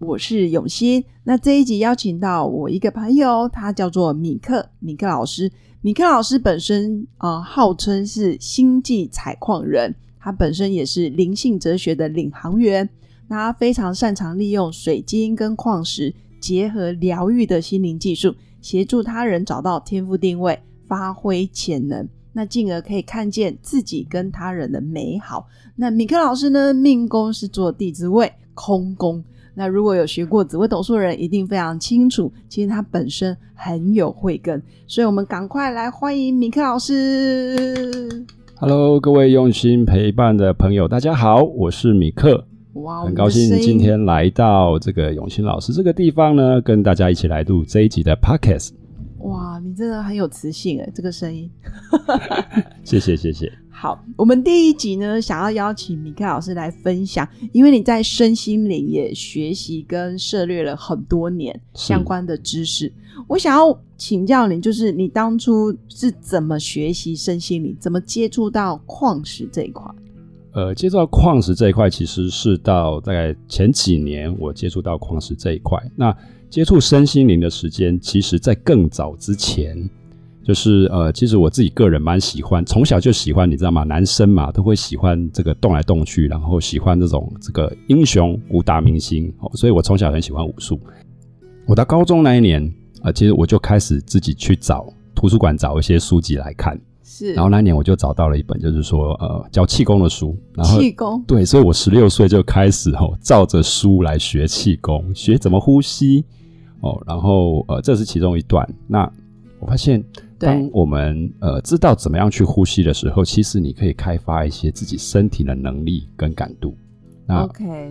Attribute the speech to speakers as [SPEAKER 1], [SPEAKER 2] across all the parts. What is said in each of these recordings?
[SPEAKER 1] 我是永新。那这一集邀请到我一个朋友，他叫做米克，米克老师。米克老师本身啊、呃号称是星际采矿人，他本身也是灵性哲学的领航员。那他非常擅长利用水晶跟矿石，结合疗愈的心灵技术，协助他人找到天赋定位，发挥潜能，那进而可以看见自己跟他人的美好。那米克老师呢，命宫是做地支位，空宫。那如果有学过紫微斗数的人，一定非常清楚，其实他本身很有慧根，所以我们赶快来欢迎米克老师。
[SPEAKER 2] Hello，各位用心陪伴的朋友，大家好，我是米克，
[SPEAKER 1] 哇，
[SPEAKER 2] 很高兴今
[SPEAKER 1] 天。
[SPEAKER 2] 天来到这个永兴老师这个地方呢，跟大家一起来录这一集的 Podcast。
[SPEAKER 1] 哇，你真的很有磁性哎，这个声音。
[SPEAKER 2] 谢谢，谢谢。
[SPEAKER 1] 好，我们第一集呢，想要邀请米克老师来分享，因为你在身心灵也学习跟涉猎了很多年
[SPEAKER 2] 是
[SPEAKER 1] 相关的知识。我想要请教你，就是你当初是怎么学习身心灵，怎么接触到矿石这一块？
[SPEAKER 2] 呃，接触到矿石这一块，其实是到大概前几年我接触到矿石这一块。那接触身心灵的时间，其实在更早之前，就是呃，其实我自己个人蛮喜欢，从小就喜欢，你知道吗？男生嘛，都会喜欢这个动来动去，然后喜欢这种这个英雄武打明星，哦、所以我从小很喜欢武术。我到高中那一年，呃，其实我就开始自己去找图书馆找一些书籍来看，
[SPEAKER 1] 是，
[SPEAKER 2] 然后那一年我就找到了一本，就是说呃教气功的书，然后
[SPEAKER 1] 气功
[SPEAKER 2] 对，所以我十六岁就开始吼、照着书来学气功，学怎么呼吸哦，然后呃，这是其中一段。那我发现，当
[SPEAKER 1] 对
[SPEAKER 2] 我们呃知道怎么样去呼吸的时候，其实你可以开发一些自己身体的能力跟感度。那
[SPEAKER 1] 哦，OK, o k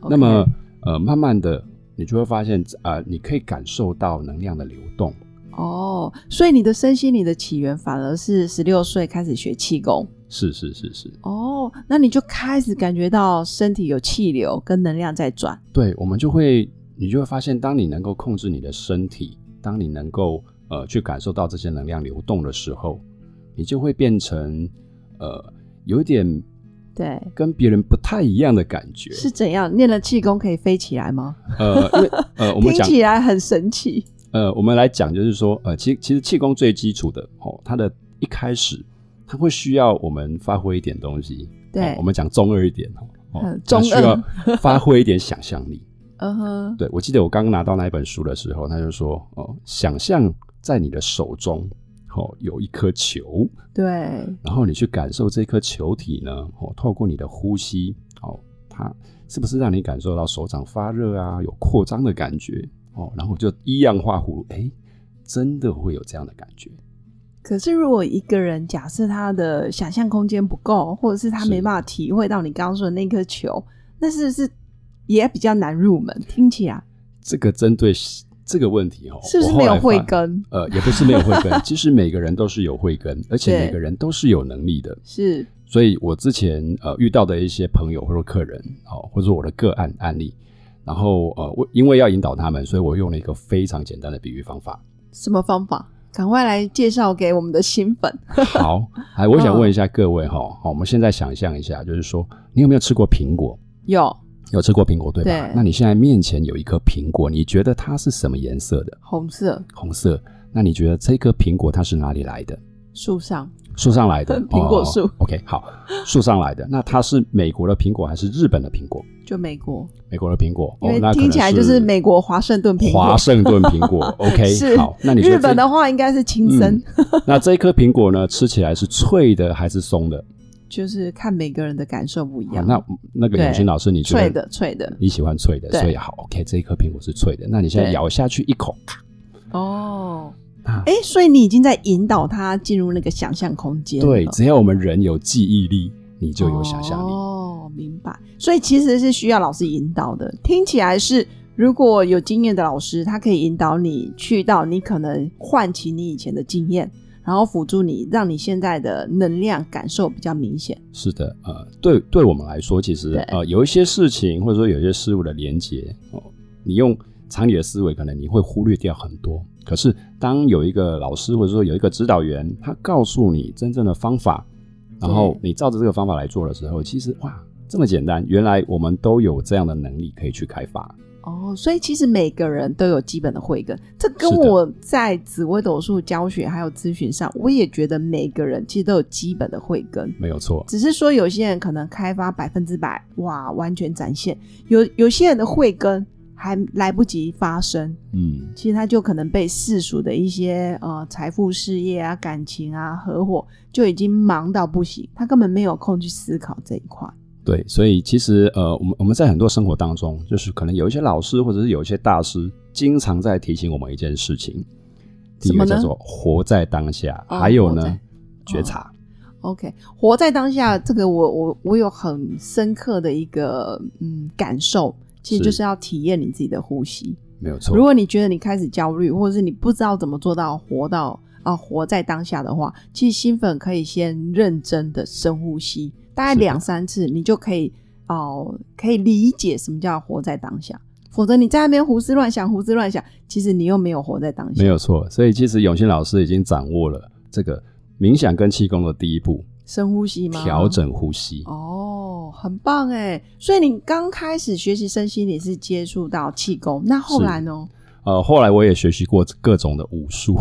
[SPEAKER 2] 啊那么呃，慢慢的你就会发现啊、呃你可以感受到能量的流动。
[SPEAKER 1] 哦，所以你的身心灵的起源反而是十六岁开始学气功。
[SPEAKER 2] 是是是是，
[SPEAKER 1] 哦，那你就开始感觉到身体有气流跟能量在转，
[SPEAKER 2] 对，我们就会，你就会发现，当你能够控制你的身体，当你能够呃去感受到这些能量流动的时候，你就会变成呃有一点
[SPEAKER 1] 对，
[SPEAKER 2] 跟别人不太一样的感觉。
[SPEAKER 1] 是怎样？练了气功可以飞起来吗？
[SPEAKER 2] 呃，因为 呃我们
[SPEAKER 1] 听
[SPEAKER 2] 讲
[SPEAKER 1] 起来很神奇。
[SPEAKER 2] 呃我们来讲就是说呃，其其实气功最基础的哦，它的一开始它会需要我们发挥一点东西。
[SPEAKER 1] 对
[SPEAKER 2] 哦我们讲中二一点哦哦
[SPEAKER 1] 嗯，
[SPEAKER 2] 它
[SPEAKER 1] 中
[SPEAKER 2] 需
[SPEAKER 1] 二
[SPEAKER 2] 要发挥一点想象力。
[SPEAKER 1] 嗯哼，
[SPEAKER 2] 对，我记得我刚拿到那一本书的时候，他就说：“哦，想象在你的手中，哦，有一颗球，
[SPEAKER 1] 对，
[SPEAKER 2] 然后你去感受这颗球体呢，哦，透过你的呼吸，哦，它是不是让你感受到手掌发热啊，有扩张的感觉？哦，然后我就一样画葫芦，哎，真的会有这样的感觉。
[SPEAKER 1] 可是如果一个人假设他的想象空间不够，或者是他
[SPEAKER 2] 是
[SPEAKER 1] 没办法体会到你刚刚说的那颗球，那是不是也比较难入门？听起来
[SPEAKER 2] 这个针对这个问题，哦，
[SPEAKER 1] 是不是
[SPEAKER 2] 我后
[SPEAKER 1] 没有
[SPEAKER 2] 来发
[SPEAKER 1] 慧根？
[SPEAKER 2] 呃，也不是没有慧根，其实每个人都是有慧根，而且
[SPEAKER 1] 对
[SPEAKER 2] 每个人都是有能力的。
[SPEAKER 1] 是
[SPEAKER 2] 所以我之前呃遇到的一些朋友或者客人，哦，或者说我的个案案例，然后呃我因为要引导他们，所以我用了一个非常简单的比喻 方法。
[SPEAKER 1] 什么方法？赶快来介绍给我们的新粉。
[SPEAKER 2] 好，哎，我
[SPEAKER 1] 嗯
[SPEAKER 2] 想问一下各位哈，好、我们现在想象一下，就是说你有没有吃过苹果？
[SPEAKER 1] 有
[SPEAKER 2] 有吃过苹果对吧？
[SPEAKER 1] 对
[SPEAKER 2] 那你现在面前有一颗苹果，你觉得它是什么颜色的？
[SPEAKER 1] 红色
[SPEAKER 2] 红色。那你觉得这颗苹果它是哪里来的？
[SPEAKER 1] 树上
[SPEAKER 2] 树上来的
[SPEAKER 1] 苹果树
[SPEAKER 2] 哦 OK，好，树上来的。那它是美国的苹果还是日本的苹果？
[SPEAKER 1] 就美国，
[SPEAKER 2] 美国的苹果，
[SPEAKER 1] 因
[SPEAKER 2] 哦
[SPEAKER 1] 为
[SPEAKER 2] 那可能
[SPEAKER 1] 听起来就是美国华盛顿苹果
[SPEAKER 2] 华盛顿苹 果
[SPEAKER 1] 是
[SPEAKER 2] ，OK，好，那你觉得嗯
[SPEAKER 1] 日本的话应该是亲生，
[SPEAKER 2] 这，那这一颗苹果呢，吃起来是脆的还是松的？
[SPEAKER 1] 就是看每个人的感受不一
[SPEAKER 2] 好
[SPEAKER 1] 样。
[SPEAKER 2] 哦那那个
[SPEAKER 1] 对
[SPEAKER 2] 永新老师，你觉得
[SPEAKER 1] 脆的脆的
[SPEAKER 2] 你喜欢脆的，
[SPEAKER 1] 对
[SPEAKER 2] 所以好，OK，这一颗苹果是脆的。那你现在
[SPEAKER 1] 对
[SPEAKER 2] 咬下去一口，
[SPEAKER 1] 哦
[SPEAKER 2] 啊，
[SPEAKER 1] 哎、所以你已经在引导他进入那个想象空间了，
[SPEAKER 2] 对，只要我们人有记忆力，你就有想象力。
[SPEAKER 1] 哦，明白。所以其实是需要老师引导的。听起来是，如果有经验的老师，他可以引导你去到你可能唤起你以前的经验，然然后辅助你，让你现在的能量感受比较明显。
[SPEAKER 2] 是的，呃，对对我们来说，其实
[SPEAKER 1] 对
[SPEAKER 2] 呃有一些事情或者说有一些事物的连接哦，你用常理的思维，可能你会忽略掉很多。可是当有一个老师或者说有一个指导员，他告诉你真正的方法，然后你照着这个方法来做的时候，其实哇这么简单，原来我们都有这样的能力可以去开发。
[SPEAKER 1] 哦，所以其实每个人都有基本的慧根，这跟
[SPEAKER 2] 是的
[SPEAKER 1] 我在紫微斗数教学还有咨询上，我也觉得每个人其实都有基本的慧根。
[SPEAKER 2] 没有错，
[SPEAKER 1] 只是说有些人可能开发百分之百，哇，完全展现；有有些人的慧根还来不及发生，
[SPEAKER 2] 嗯，
[SPEAKER 1] 其实他就可能被世俗的一些呃财富、事业啊、感情啊、合伙就已经忙到不行，他根本没有空去思考这一块。
[SPEAKER 2] 对，所以其实呃，我们我们在很多生活当中，就是可能有一些老师或者是有一些大师，经常在提醒我们一件事情，第
[SPEAKER 1] 什
[SPEAKER 2] 一
[SPEAKER 1] 么
[SPEAKER 2] 个
[SPEAKER 1] 呢
[SPEAKER 2] 叫做活在当下，
[SPEAKER 1] 哦
[SPEAKER 2] 还有
[SPEAKER 1] 活
[SPEAKER 2] 呢
[SPEAKER 1] 在
[SPEAKER 2] 觉察。
[SPEAKER 1] OK，活在当下，这个我我我有很深刻的一个嗯感受，其实
[SPEAKER 2] 是
[SPEAKER 1] 就是要体验你自己的呼吸。
[SPEAKER 2] 没有错
[SPEAKER 1] 哦如，果你觉得你开始焦虑，或者是你不知道怎么做到活到啊、活在当下的话，其实新粉可以先认真的深呼吸，大概
[SPEAKER 2] 是的
[SPEAKER 1] 两三次，你就可以哦、可以理解什么叫活在当下。否则你在那边胡思乱想、胡思乱想，其实你又没有活在当下。
[SPEAKER 2] 没有错。所以其实永新老师已经掌握了这个冥想跟气功的第一步，
[SPEAKER 1] 深呼吸吗？
[SPEAKER 2] 调整呼吸。
[SPEAKER 1] 哦，很棒哎！所以你刚开始学习身心，你是接触到气功，那后来呢？
[SPEAKER 2] 呃，后来我也学习过各种的武术，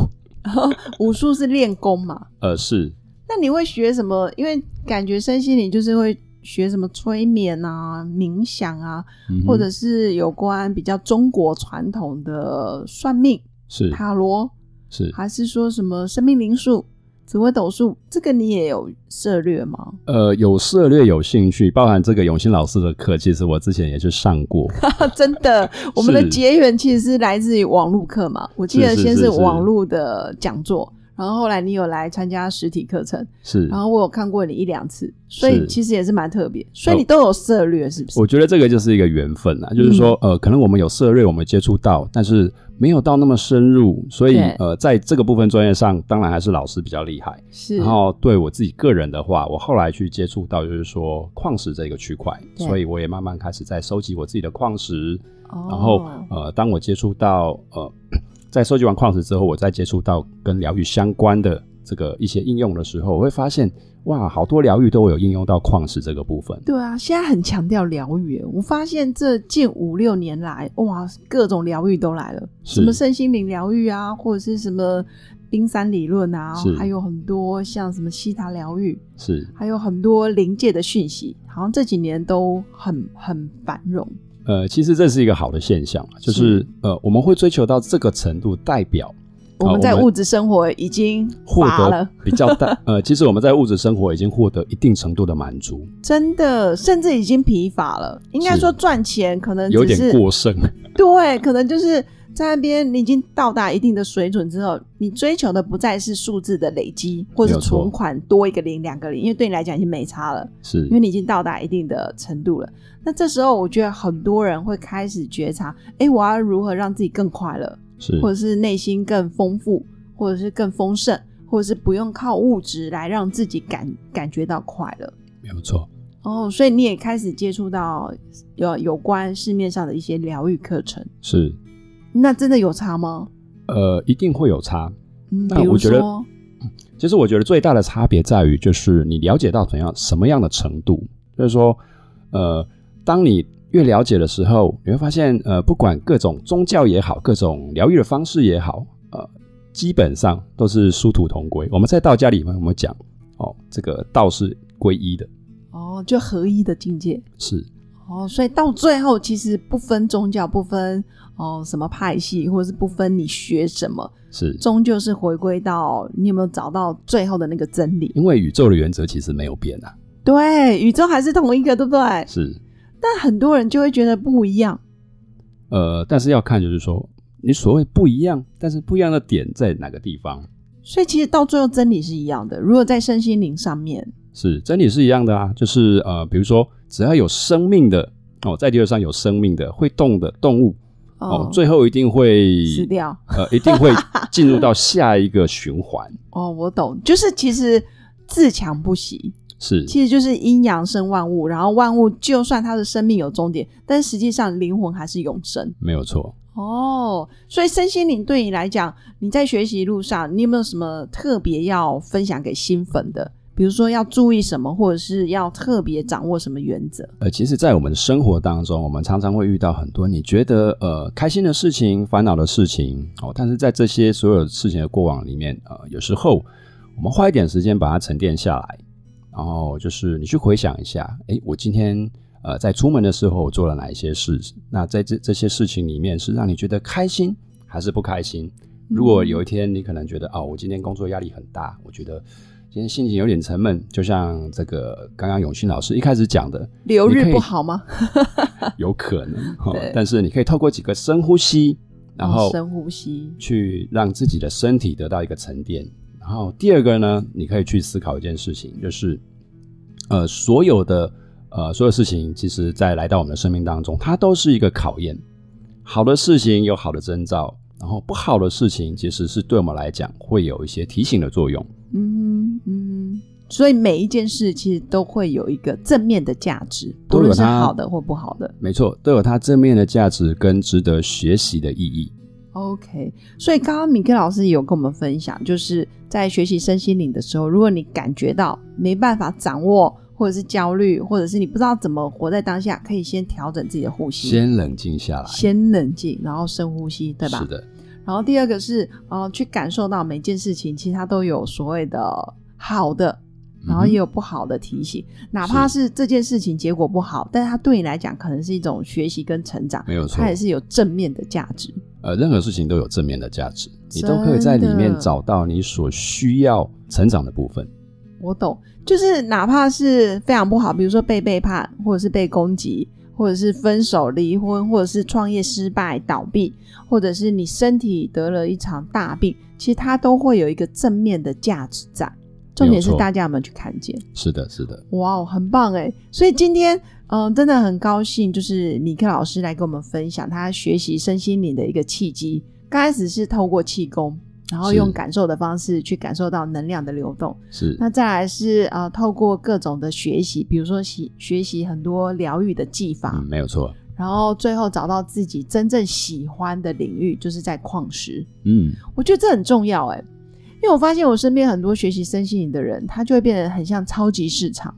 [SPEAKER 1] 武术是练功嘛？
[SPEAKER 2] 呃，是
[SPEAKER 1] 那你会学什么？因为感觉身心灵就是会学什么催眠啊、冥想啊，
[SPEAKER 2] 嗯哼
[SPEAKER 1] 或者是有关比较中国传统的算命、
[SPEAKER 2] 是
[SPEAKER 1] 塔罗，
[SPEAKER 2] 是
[SPEAKER 1] 还是说什么生命灵数、紫微斗数，这个你也有涉略吗？
[SPEAKER 2] 呃，有涉略有兴趣，包含这个永新老师的课，其实我之前也去上 过。
[SPEAKER 1] 真的，我们的结缘其实是来自于网络课嘛。我记得
[SPEAKER 2] 是是
[SPEAKER 1] 先
[SPEAKER 2] 是
[SPEAKER 1] 是
[SPEAKER 2] 是
[SPEAKER 1] 网络的讲座，然后后来你有来参加实体课程，
[SPEAKER 2] 是，
[SPEAKER 1] 然后我有看过你一两次，所以
[SPEAKER 2] 是
[SPEAKER 1] 其实也是蛮特别。所以你都有涉略，是不是？
[SPEAKER 2] 我觉得这个就是一个缘分
[SPEAKER 1] 嗯
[SPEAKER 2] 啊，就是说，呃，可能我们有涉略，我们接触到，但是没有到那么深入，所以
[SPEAKER 1] 对
[SPEAKER 2] 呃，在这个部分专业上，当然还是老师比较厉害。
[SPEAKER 1] 是。
[SPEAKER 2] 然后对我自己个人的话，我后来去接触到就是说矿石这个区块，
[SPEAKER 1] 对
[SPEAKER 2] 所以我也慢慢开始在收集我自己的矿石。
[SPEAKER 1] 然
[SPEAKER 2] 然后呃，当我接触到呃， 在收集完矿石之后，我再接触到跟疗愈相关的这个一些应用的时候，我会发现哇，好多疗愈都有应用到矿石这个部分。
[SPEAKER 1] 对啊，现在很强调疗愈耶。我发现这近五六年来，哇，各种疗愈都来了，
[SPEAKER 2] 是
[SPEAKER 1] 什么身心灵疗愈啊，或者是什么冰山理论啊
[SPEAKER 2] 是，
[SPEAKER 1] 还有很多像什么西塔疗愈，
[SPEAKER 2] 是，
[SPEAKER 1] 还有很多灵界的讯息，好像这几年都很很繁荣。
[SPEAKER 2] 呃，其实这是一个好的现象啊，就是
[SPEAKER 1] 是
[SPEAKER 2] 呃，我们会追求到这个程度，代表
[SPEAKER 1] 我
[SPEAKER 2] 啊
[SPEAKER 1] 们在
[SPEAKER 2] 我们
[SPEAKER 1] 物质生活已经
[SPEAKER 2] 获
[SPEAKER 1] 乏
[SPEAKER 2] 得
[SPEAKER 1] 了，
[SPEAKER 2] 比较大。呃，其实我们在物质生活已经获得一定程度的满足，
[SPEAKER 1] 真的，甚至已经疲乏了。应该
[SPEAKER 2] 是
[SPEAKER 1] 说赚钱可能
[SPEAKER 2] 有
[SPEAKER 1] 嗯只
[SPEAKER 2] 点
[SPEAKER 1] 是
[SPEAKER 2] 过剩。
[SPEAKER 1] 对，可能就是在那边你已经到达一定的水准之后，你追求的不再是数字的累积，或
[SPEAKER 2] 没
[SPEAKER 1] 是
[SPEAKER 2] 有错
[SPEAKER 1] 存款多一个零、两个零，因为对你来讲已经没差了。
[SPEAKER 2] 是
[SPEAKER 1] 因为你已经到达一定的程度了。那这时候，我觉得很多人会开始觉察：哎、我要如何让自己更快乐，
[SPEAKER 2] 是
[SPEAKER 1] 或者是内心更丰富，或者是更丰盛，或者是不用靠物质来让自己感感觉到快乐。
[SPEAKER 2] 没有错。
[SPEAKER 1] 哦，所以你也开始接触到有有关市面上的一些疗愈课程，
[SPEAKER 2] 是
[SPEAKER 1] 那真的有差吗？
[SPEAKER 2] 呃，一定会有差。
[SPEAKER 1] 嗯，
[SPEAKER 2] 那
[SPEAKER 1] 比如
[SPEAKER 2] 我觉得
[SPEAKER 1] 说，
[SPEAKER 2] 其实我觉得最大的差别在于，就是你了解到怎样什么样的程度。就是说，呃，当你越了解的时候，你会发现，呃，不管各种宗教也好，各种疗愈的方式也好，呃，基本上都是殊途同归。我们在道家里面，我们讲哦，这个道是归一的，
[SPEAKER 1] 哦，就合一的境界。
[SPEAKER 2] 是
[SPEAKER 1] 哦，所以到最后其实不分宗教，不分哦什么派系，或者是不分你学什么，
[SPEAKER 2] 是，
[SPEAKER 1] 终究是回归到你有没有找到最后的那个真理。
[SPEAKER 2] 因为宇宙的原则其实没有变啊，
[SPEAKER 1] 对，宇宙还是同一个，对不对？
[SPEAKER 2] 是
[SPEAKER 1] 但很多人就会觉得不一样。
[SPEAKER 2] 呃，但是要看就是说，你所谓不一样，但是不一样的点在哪个地方？
[SPEAKER 1] 所以其实到最后真理是一样的。如果在身心灵上面，
[SPEAKER 2] 是真理是一样的啊，就是呃，比如说只要有生命的哦，在地球上有生命的会动的动物，哦，最后一定会
[SPEAKER 1] 死掉。
[SPEAKER 2] 呃，一定会进 入到下一个循环。
[SPEAKER 1] 哦，我懂，就是其实自强不息，
[SPEAKER 2] 是，
[SPEAKER 1] 其实就是阴阳生万物，然后万物就算它的生命有终点，但实际上灵魂还是永生。
[SPEAKER 2] 没有错。
[SPEAKER 1] 哦，所以身心灵对你来讲，你在学习路上，你有没有什么特别要分享给新粉的？比如说要注意什么，或者是要特别掌握什么原则？
[SPEAKER 2] 呃，其实，在我们生活当中，我们常常会遇到很多你觉得呃开心的事情、烦恼的事情哦，但是在这些所有事情的过往里面，呃，有时候我们花一点时间把它沉淀下来，然后就是你去回想一下，诶，我今天呃在出门的时候我做了哪一些事？那在这这些事情里面，是让你觉得开心还是不开心？如果有一天你可能觉得啊、我今天工作压力很大，我觉得今天心情有点沉闷，就像这个刚刚永信老师一开始讲的，
[SPEAKER 1] 流
[SPEAKER 2] 你可
[SPEAKER 1] 日
[SPEAKER 2] 以
[SPEAKER 1] 不好吗？
[SPEAKER 2] 有可能，哦
[SPEAKER 1] 对
[SPEAKER 2] 但是你可以透过几个深呼吸，然后
[SPEAKER 1] 深呼吸
[SPEAKER 2] 去让自己的身体得到一个沉淀。然后第二个呢，你可以去思考一件事情，就是呃，所有的呃所有事情，其实在来到我们的生命当中，它都是一个考验。好的事情有好的征兆，然后不好的事情其实是对我们来讲会有一些提醒的作用。
[SPEAKER 1] 嗯哼嗯哼，所以每一件事其实都会有一个正面的价值，
[SPEAKER 2] 都
[SPEAKER 1] 不
[SPEAKER 2] 有
[SPEAKER 1] 论是
[SPEAKER 2] 它
[SPEAKER 1] 好的或不好的。
[SPEAKER 2] 没错，都有它正面的价值跟值得学习的意义。
[SPEAKER 1] OK，所以刚刚米克老师有跟我们分享，就是在学习身心灵的时候，如果你感觉到没办法掌握，或者是焦虑，或者是你不知道怎么活在当下，可以先调整自己的呼吸，
[SPEAKER 2] 先冷静下来，
[SPEAKER 1] 先冷静，然后深呼吸，对吧？
[SPEAKER 2] 是的，
[SPEAKER 1] 然后第二个是，呃，去感受到每件事情，其实它都有所谓的好的，
[SPEAKER 2] 嗯
[SPEAKER 1] 然后也有不好的提醒，哪怕是这件事情结果不好，但它对你来讲可能是一种学习跟成长，
[SPEAKER 2] 没有错
[SPEAKER 1] 它也是有正面的价值。
[SPEAKER 2] 呃，任何事情都有正面的价值，你
[SPEAKER 1] 真
[SPEAKER 2] 都可以在里面
[SPEAKER 1] 的
[SPEAKER 2] 找到你所需要成长的部分。
[SPEAKER 1] 我懂，就是哪怕是非常不好，比如说被背叛，或者是被攻击，或者是分手、离婚，或者是创业失败、倒闭，或者是你身体得了一场大病，其实它都会有一个正面的价值在。重点是
[SPEAKER 2] 没有错
[SPEAKER 1] 大家有没有去看见？
[SPEAKER 2] 是的，是的，
[SPEAKER 1] 哇哦，很棒哎！所以今天，嗯、真的很高兴，就是米克老师来跟我们分享他学习身心灵的一个契机。刚开始是透过气功，然后
[SPEAKER 2] 是
[SPEAKER 1] 用感受的方式去感受到能量的流动。
[SPEAKER 2] 是
[SPEAKER 1] 那再来是呃，透过各种的学习，比如说习学习很多疗愈的技法，
[SPEAKER 2] 嗯，没有错，
[SPEAKER 1] 然后最后找到自己真正喜欢的领域，就是在矿石。
[SPEAKER 2] 嗯，
[SPEAKER 1] 我觉得这很重要哎、因为我发现我身边很多学习身心灵的人，他就会变得很像超级市场。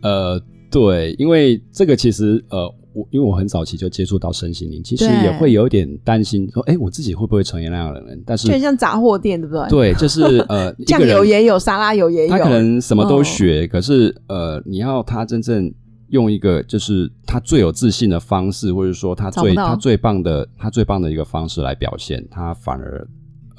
[SPEAKER 2] 呃，对，因为这个其实呃，我因为我很早期就接触到身心灵，其实
[SPEAKER 1] 对
[SPEAKER 2] 也会有点担心，说，哎，我自己会不会成为那样的人？但是
[SPEAKER 1] 就很像杂货店，对不对？，
[SPEAKER 2] 对，就是 呃，一
[SPEAKER 1] 酱
[SPEAKER 2] 个
[SPEAKER 1] 油
[SPEAKER 2] 人
[SPEAKER 1] 也有，沙拉油也有，
[SPEAKER 2] 他可能什么
[SPEAKER 1] 哦
[SPEAKER 2] 都学，可是呃，你要他真正用一个就是他最有自信的方式，或者说他
[SPEAKER 1] 找不
[SPEAKER 2] 最
[SPEAKER 1] 到
[SPEAKER 2] 他最棒的他最棒的一个方式来表现，他反而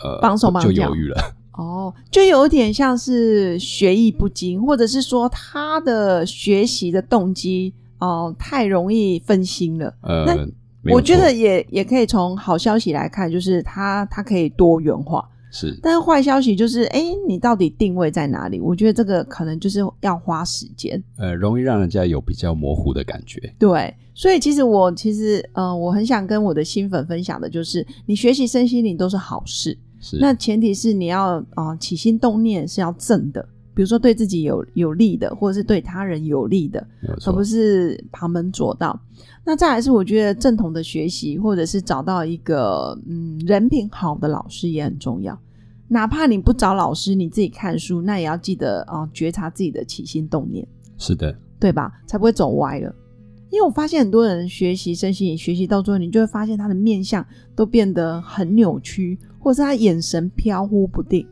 [SPEAKER 2] 呃
[SPEAKER 1] 绑手绑
[SPEAKER 2] 就
[SPEAKER 1] 脚
[SPEAKER 2] 犹豫了。
[SPEAKER 1] 哦，就有点像是学艺不精，或者是说他的学习的动机哦、太容易分心了。那
[SPEAKER 2] 呃，没有
[SPEAKER 1] 我觉
[SPEAKER 2] 错
[SPEAKER 1] 得也也可以从好消息来看，就是它它可以多元化，
[SPEAKER 2] 是
[SPEAKER 1] 但是坏消息就是，哎，你到底定位在哪里？我觉得这个可能就是要花时间。
[SPEAKER 2] 呃，容易让人家有比较模糊的感觉。
[SPEAKER 1] 对，所以其实我其实，嗯、我很想跟我的新粉分享的就是，你学习身心灵都是好事，
[SPEAKER 2] 是
[SPEAKER 1] 那前提是你要啊、呃起心动念是要正的，比如说对自己有有利的，或者是对他人有利的，
[SPEAKER 2] 没有错
[SPEAKER 1] 而不是旁门左道。那再来是我觉得正统的学习，或者是找到一个嗯人品好的老师也很重要。哪怕你不找老师，你自己看书，那也要记得啊、呃觉察自己的起心动念。
[SPEAKER 2] 是的，
[SPEAKER 1] 对吧？才不会走歪了。因为我发现很多人学习身心灵，学习到最后，你就会发现他的面相都变得很扭曲，或者是他眼神飘忽不定。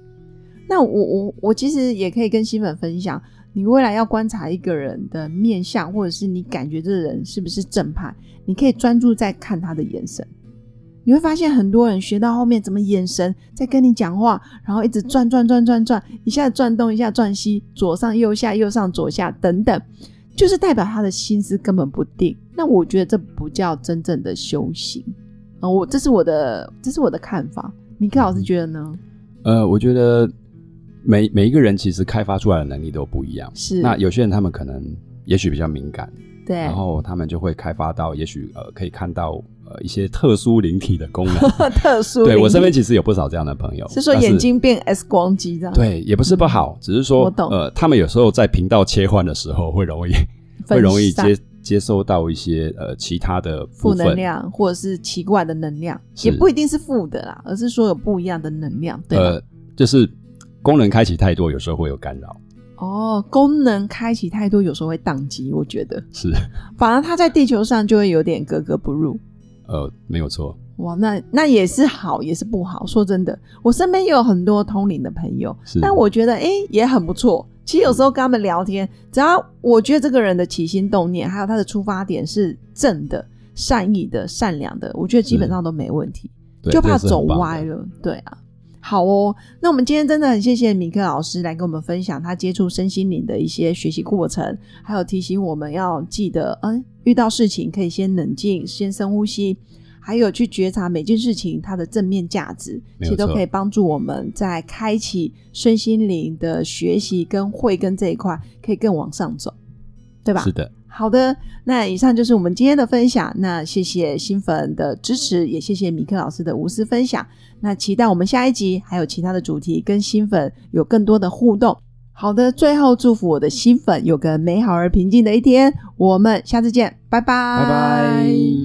[SPEAKER 1] 那我我我其实也可以跟新粉分享，你未来要观察一个人的面相，或者是你感觉这个人是不是正派，你可以专注在看他的眼神。你会发现很多人学到后面，怎么眼神在跟你讲话，然后一直转转转转转，一下转东，一下转西，左上右下，右上左下等等，就是代表他的心思根本不定。那我觉得这不叫真正的修行。啊、我这是我的，这是我的看法。米克老师觉得呢？
[SPEAKER 2] 呃，我觉得每每一个人其实开发出来的能力都不一样。
[SPEAKER 1] 是
[SPEAKER 2] 嗯那有些哦人他们可能也许比较敏感，
[SPEAKER 1] 对，
[SPEAKER 2] 然后他们就会开发到，也许呃可以看到呃一些特殊灵体的 功能。
[SPEAKER 1] 特殊
[SPEAKER 2] 对
[SPEAKER 1] 灵
[SPEAKER 2] 我身边
[SPEAKER 1] 异
[SPEAKER 2] 其实有不少这样的朋友，
[SPEAKER 1] 是说
[SPEAKER 2] 但
[SPEAKER 1] 眼睛变 X 光机这样，，
[SPEAKER 2] 对也不是不好，只是
[SPEAKER 1] 我
[SPEAKER 2] 说
[SPEAKER 1] 懂
[SPEAKER 2] 呃，他们有时候在频道切换的时候会 容易
[SPEAKER 1] 啊
[SPEAKER 2] 会容易接接收到一些呃其他的部
[SPEAKER 1] 负
[SPEAKER 2] 分
[SPEAKER 1] 能量或者是奇怪的能量，
[SPEAKER 2] 是
[SPEAKER 1] 也不一定是负的啦，而是说有不一样的能量，对吧？
[SPEAKER 2] 呃，就是功能开启太多，有时候会有干扰。
[SPEAKER 1] 哦，功能开启太多，有时候会宕机，我觉得，
[SPEAKER 2] 是，
[SPEAKER 1] 反而它在地球上就会有点格格不入。
[SPEAKER 2] 呃，没有错，
[SPEAKER 1] 哇，那那也是好，也是不好。说真的，我身边也有很多通灵的朋友，
[SPEAKER 2] 是。
[SPEAKER 1] 但我觉得哎、诶也很不错。其实有时候跟他们聊天，只要我觉得这个人的起心动念，还有他的出发点是正的、善意的、善良的，我觉得基本上都没问题，
[SPEAKER 2] 对
[SPEAKER 1] 就
[SPEAKER 2] 这
[SPEAKER 1] 怕
[SPEAKER 2] 个是很
[SPEAKER 1] 走
[SPEAKER 2] 棒的
[SPEAKER 1] 歪了。对啊，好哦。那我们今天真的很谢谢米克老师来跟我们分享他接触身心灵的一些学习过程，还有提醒我们要记得，嗯，遇到事情可以先冷静，先深呼吸。还有去觉察每件事情它的正面价值，
[SPEAKER 2] 没
[SPEAKER 1] 其
[SPEAKER 2] 有
[SPEAKER 1] 实都
[SPEAKER 2] 错
[SPEAKER 1] 可以帮助我们在开启身心灵的学习跟慧根这一块，可以更往上走，对吧？
[SPEAKER 2] 是的，
[SPEAKER 1] 好的，那以上就是我们今天的分享。那谢谢新粉的支持，也谢谢米克老师的无私分享。那期待我们下一集还有其他的主题跟新粉有更多的互动。好的，最后祝福我的新粉有个美好而平静的一天。我们下次见，拜拜，
[SPEAKER 2] 拜拜。